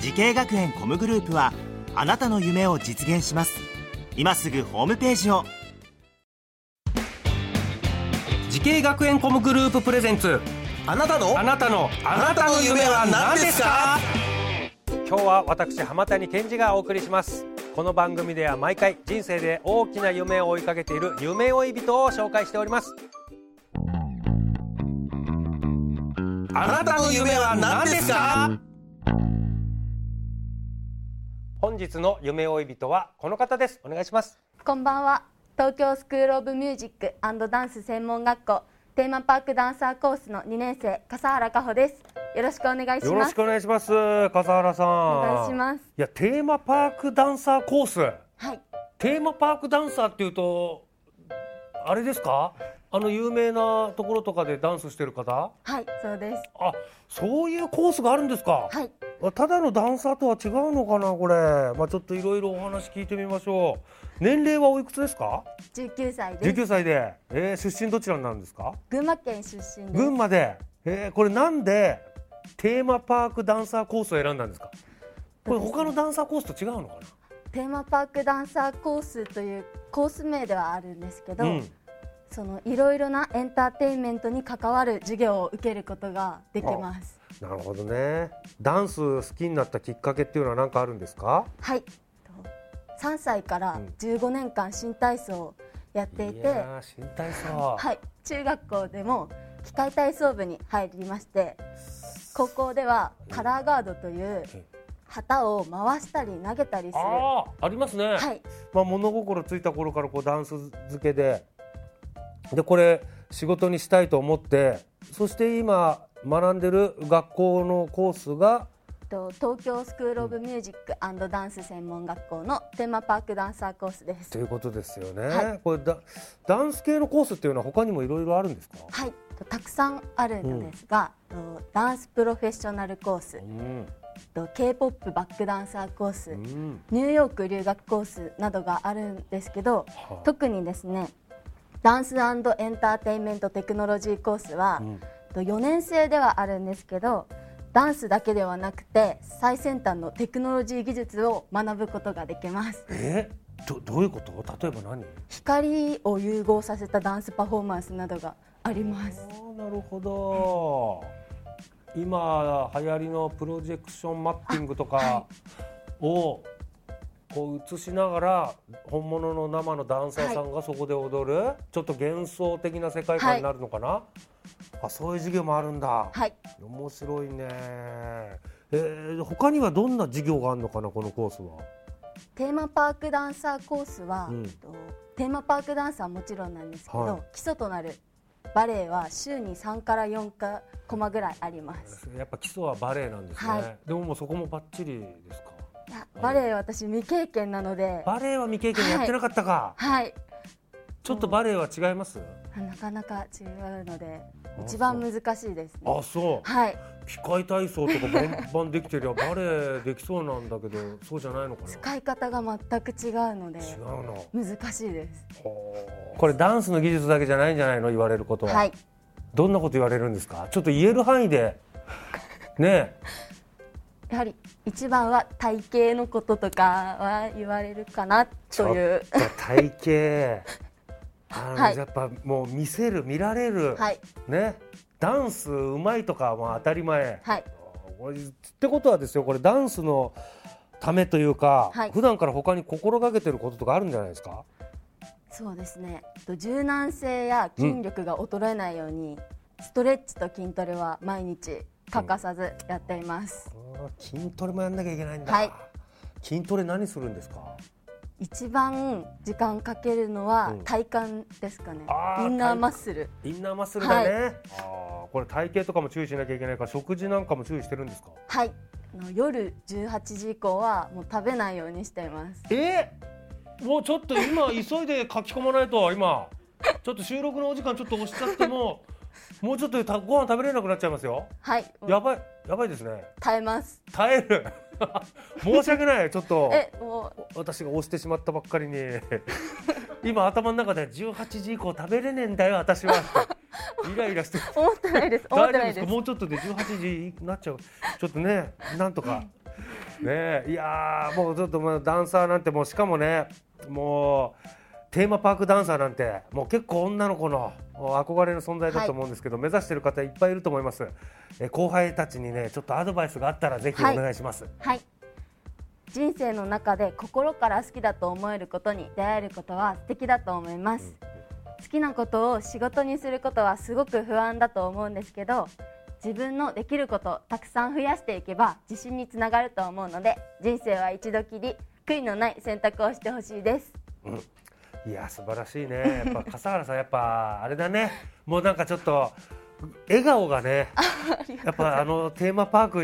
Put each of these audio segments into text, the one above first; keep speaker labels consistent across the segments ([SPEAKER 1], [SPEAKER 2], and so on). [SPEAKER 1] 時系学園コムグループはあなたの夢を実現します今すぐホームページを
[SPEAKER 2] 時系学園コムグループプレゼンツ
[SPEAKER 3] あなたの
[SPEAKER 2] あなたのあなたの夢は何ですか今日は私浜谷健二がお送りしますこの番組では毎回人生で大きな夢を追いかけている夢追い人を紹介しております
[SPEAKER 3] あなたの夢は何ですか
[SPEAKER 2] 本日の夢追い人はこの方ですお願いします
[SPEAKER 4] こんばんは東京スクール・オブ・ミュージックダンス専門学校テーマパークダンサーコースの2年生笠原加穂ですよろしくお願いします
[SPEAKER 2] よろしくお願いします笠原さん
[SPEAKER 4] お願いします
[SPEAKER 2] いやテーマパークダンサーコース
[SPEAKER 4] はい
[SPEAKER 2] テーマパークダンサーっていうとあれですかあの有名なところとかでダンスしてる方
[SPEAKER 4] はいそうです
[SPEAKER 2] あそういうコースがあるんですか、
[SPEAKER 4] はい
[SPEAKER 2] ただのダンサーとは違うのかなこれ、まあ、ちょっといろいろお話聞いてみましょう年齢はおいくつですか
[SPEAKER 4] 19歳です
[SPEAKER 2] 19歳で、えー出身どちらになるんですか
[SPEAKER 4] 群馬県出身です
[SPEAKER 2] 群馬で、えーこれなんでテーマパークダンサーコースを選んだんですかこれ他のダンサーコースと違うのか
[SPEAKER 4] テーマパークダンサーコースというコース名ではあるんですけど、
[SPEAKER 2] な、うん、
[SPEAKER 4] そのいろいろなエンターテインメントに関わる授業を受けることができます
[SPEAKER 2] なるほどねダンス好きになったきっかけっていうのは何かあるんですか
[SPEAKER 4] はい3歳から15年間新体操をやっていて、
[SPEAKER 2] いやー新体操、
[SPEAKER 4] はい、中学校でも機械体操部に入りまして高校ではカラーガードという旗を回したり投げたりする、は
[SPEAKER 2] ああありますね、
[SPEAKER 4] い、
[SPEAKER 2] まあ、物心ついた頃からこうダンス付けででこれ仕事にしたいと思ってそして今学んでる学校のコースが
[SPEAKER 4] と東京スクール・オブ・ミュージックダンス専門学校のテーマパークダンサーコースで
[SPEAKER 2] と
[SPEAKER 4] す。
[SPEAKER 2] いうことですよね、
[SPEAKER 4] は
[SPEAKER 2] これダダンス系のコースっていうのは他にもいろいろあるんですか、
[SPEAKER 4] はい、とたくさんあるのですが、とダンスプロフェッショナルコース
[SPEAKER 2] うん
[SPEAKER 4] と K-POP バックダンサーコース、
[SPEAKER 2] うん
[SPEAKER 4] ニューヨーク留学コースなどがあるんですけど、
[SPEAKER 2] はあ
[SPEAKER 4] 特にですねダンスエンターテインメントテクノロジーコースは、
[SPEAKER 2] ん
[SPEAKER 4] と4年生ではあるんですけどダンスだけではなくて最先端のテクノロジー技術を学ぶことができます
[SPEAKER 2] えどどういうこと例えば何
[SPEAKER 4] 光を融合させたダンスパフォーマンスなどがあります
[SPEAKER 2] あーなるほど今流行りのプロジェクションマッピングとかをこう映しながら本物の生のダンサーさんがそこで踊る、ちょっと幻想的な世界観になるのかな、あそういう授業もあるんだ、
[SPEAKER 4] はい
[SPEAKER 2] 面白いねえー他にはどんな授業があるのかなこのコースは
[SPEAKER 4] テーマパークダンサーコースは、
[SPEAKER 2] うん
[SPEAKER 4] とテーマパークダンサーはもちろんなんですけど、
[SPEAKER 2] はい
[SPEAKER 4] 基礎となるバレエは週に3から4かコマぐらいあります
[SPEAKER 2] やっぱ基礎はバレエなんですね、
[SPEAKER 4] はい
[SPEAKER 2] でももうそこもバッチリですか
[SPEAKER 4] いやバレエ私未経験なので
[SPEAKER 2] バレエは未経験やってなかったか、
[SPEAKER 4] はい
[SPEAKER 2] ちょっとバレエは違います、
[SPEAKER 4] なかなか違うので
[SPEAKER 2] あ
[SPEAKER 4] 一番難しいですね
[SPEAKER 2] あそう、
[SPEAKER 4] はい
[SPEAKER 2] 機械体操とかバンバンできてりゃバレエできそうなんだけどそうじゃないのかな
[SPEAKER 4] 使い方が全く違うので
[SPEAKER 2] 違うの
[SPEAKER 4] 難しいです
[SPEAKER 2] これダンスの技術だけじゃないんじゃないの言われることは、
[SPEAKER 4] はい
[SPEAKER 2] どんなこと言われるんですかちょっと言える範囲でね
[SPEAKER 4] やはり一番は体型のこととかは言われるかなという
[SPEAKER 2] え体型あの、
[SPEAKER 4] はい
[SPEAKER 2] やっぱもう見せる見られる、
[SPEAKER 4] はい
[SPEAKER 2] ねダンスうまいとかはまあ当たり前、
[SPEAKER 4] はい
[SPEAKER 2] これってことはですよこれダンスのためというか、
[SPEAKER 4] はい
[SPEAKER 2] 普段から他に心がけてることとかあるんじゃないですか
[SPEAKER 4] そうですねと柔軟性や筋力が衰えないように、ストレッチと筋トレは毎日欠かさずやっています、
[SPEAKER 2] あー筋トレもやんなきゃいけないんだ、
[SPEAKER 4] はい
[SPEAKER 2] 筋トレ何するんですか
[SPEAKER 4] 一番時間かけるのは
[SPEAKER 2] うん
[SPEAKER 4] 体幹ですかね、
[SPEAKER 2] あー
[SPEAKER 4] インナーマッスル
[SPEAKER 2] インナーマッスル
[SPEAKER 4] ル
[SPEAKER 2] だ
[SPEAKER 4] だ
[SPEAKER 2] ね、
[SPEAKER 4] ね
[SPEAKER 2] あーこれ体型とかも注意しなきゃいけないから食事なんかも注意してるんですか
[SPEAKER 4] はいあの夜18時以降はもう食べないようにしています
[SPEAKER 2] えもうちょっと今急いで書き込まないと今ちょっと収録のお時間ちょっと押しちゃってももうちょっとでたご飯食べれなくなっちゃいますよ
[SPEAKER 4] はいもう
[SPEAKER 2] やばいやばいですね
[SPEAKER 4] 耐えます
[SPEAKER 2] 耐える 申し訳ないちょっと
[SPEAKER 4] えもう
[SPEAKER 2] 私が押してしまったばっかりに 今頭の中で18時以降食べれねえんだよ私はってイライラして
[SPEAKER 4] 思ってないです 思っ
[SPEAKER 2] 大
[SPEAKER 4] て
[SPEAKER 2] 丈夫
[SPEAKER 4] な
[SPEAKER 2] です
[SPEAKER 4] いで
[SPEAKER 2] か
[SPEAKER 4] す
[SPEAKER 2] もうちょっとで18時になっちゃうちょっとねなんとかねえいやーもうちょっとまあダンサーなんてもうしかもねもうテーマパークダンサーなんてもう結構女の子のもう憧れの存在だと思うんですけど、目指してる方いっぱいいると思いますえ後輩たちにねちょっとアドバイスがあったらぜひお
[SPEAKER 4] はい
[SPEAKER 2] 願いします、
[SPEAKER 4] はい人生の中で心から好きだと思えることに出会えることは素敵だと思います好きなことを仕事にすることはすごく不安だと思うんですけど自分のできることをたくさん増やしていけば自信につながると思うので人生は一度きり悔いのない選択をしてほしいです
[SPEAKER 2] いや素晴らしいねやっぱ笠原さんやっぱあれだねもうなんかちょっと笑顔がねやっぱあのテーマパーク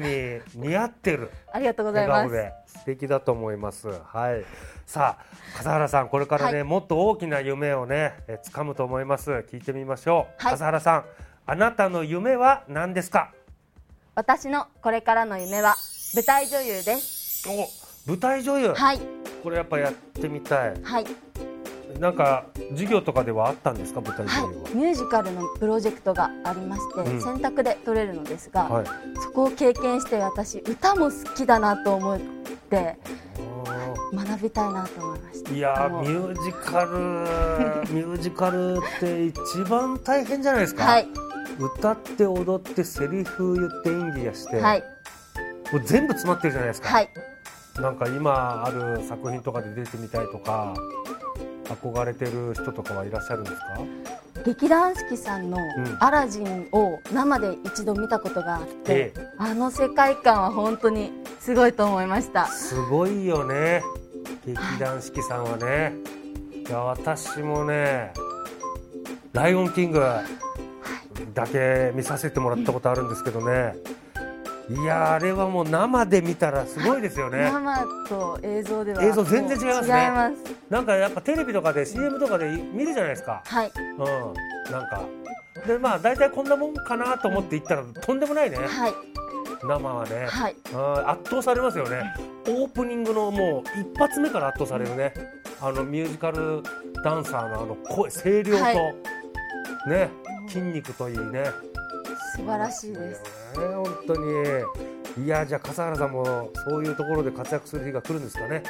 [SPEAKER 2] に似合ってる
[SPEAKER 4] ありがとうござい
[SPEAKER 2] 笑顔
[SPEAKER 4] ます
[SPEAKER 2] で素敵だと思います。はい。さあ笠原さんこれからね、
[SPEAKER 4] は
[SPEAKER 2] もっと大きな夢をねえ掴むと思います。聞いてみましょう。
[SPEAKER 4] はい
[SPEAKER 2] 笠原さんあなたの夢は何ですか。
[SPEAKER 4] 私のこれからの夢は舞台女優です
[SPEAKER 2] お舞台女優、
[SPEAKER 4] はい
[SPEAKER 2] これやっぱやってみたい。
[SPEAKER 4] はい
[SPEAKER 2] なんか授業とかではあったんですか舞台
[SPEAKER 4] はい
[SPEAKER 2] 女優、
[SPEAKER 4] ミュージカルのプロジェクトがありまして、
[SPEAKER 2] うん
[SPEAKER 4] 選択で取れるのですが、
[SPEAKER 2] は。はい。
[SPEAKER 4] そこを経験して私歌も好きだなと思って
[SPEAKER 2] あ
[SPEAKER 4] 学びたいなと思いました
[SPEAKER 2] ーいやー
[SPEAKER 4] もう
[SPEAKER 2] ミュージカ ルミュージカルって一番大変じゃないですか、
[SPEAKER 4] はい
[SPEAKER 2] 歌って踊ってセリフ言って演技やして、
[SPEAKER 4] はい
[SPEAKER 2] もう全部詰まってるじゃないですか、
[SPEAKER 4] はい
[SPEAKER 2] なんか今ある作品とかで出てみたいとか憧れてる人とかはいらっしゃるんですか
[SPEAKER 4] 劇団四季さんの
[SPEAKER 2] ん
[SPEAKER 4] 「アラジン」を生で一度見たことがあって
[SPEAKER 2] え、え
[SPEAKER 4] あの世界観は本当にすごいと思いました
[SPEAKER 2] すごいよね劇団四季さんはねいや私もね「ライオンキング」だけ見させてもらったことあるんですけどねいやあれはもう生で見たらすごいですよね
[SPEAKER 4] 生と映像では
[SPEAKER 2] 映像全然違いますね
[SPEAKER 4] もう違います
[SPEAKER 2] なんかやっぱテレビとかで CM とかで見るじゃないですか
[SPEAKER 4] はい
[SPEAKER 2] うんなんかでまあ大体こんなもんかなと思って行ったらとんでもないね
[SPEAKER 4] はい
[SPEAKER 2] 生はね
[SPEAKER 4] はい
[SPEAKER 2] うん圧倒されますよねオープニングのもう一発目から圧倒されるねあのミュージカルダンサーのあの声声量と、
[SPEAKER 4] はい
[SPEAKER 2] ね筋肉といいね
[SPEAKER 4] 素晴らしいです
[SPEAKER 2] すよね本当にいやじゃあ笠原さんもそういうところで活躍する日が来るんですかね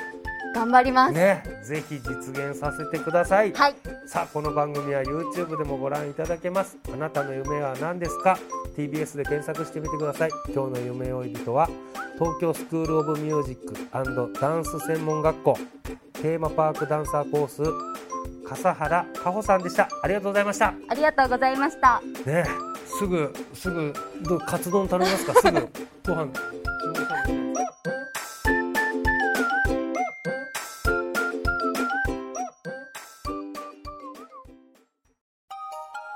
[SPEAKER 4] 頑張ります、
[SPEAKER 2] ねぜひ実現させてください
[SPEAKER 4] はい
[SPEAKER 2] さあこの番組は YouTube でもご覧いただけますあなたの夢は何ですか TBS で検索してみてください今日の夢追い人は東京スクールオブミュージックダンス専門学校テーマパークダンサーコース笠原加穂さんでしたありがとうございました
[SPEAKER 4] ありがとうございました
[SPEAKER 2] ねえすぐすぐどうカツ丼頼みますかすぐご飯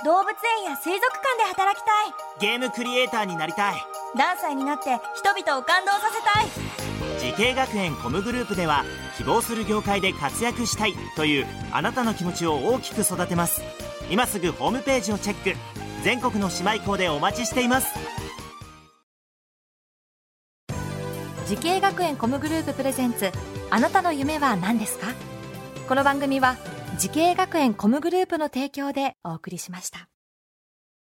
[SPEAKER 5] 動物園や水族館で働きたい
[SPEAKER 1] ゲームクリエイターになりたい
[SPEAKER 5] ダンサーになって人々を感動させたい
[SPEAKER 1] 時系学園コムグループでは希望する業界で活躍したいというあなたの気持ちを大きく育てます今すぐホームページをチェック全国の姉妹校でお待ちしています
[SPEAKER 6] 時系学園コムグループプレゼンツあなたの夢は何ですかこの番組は時系学園コムグループの提供でお送りしました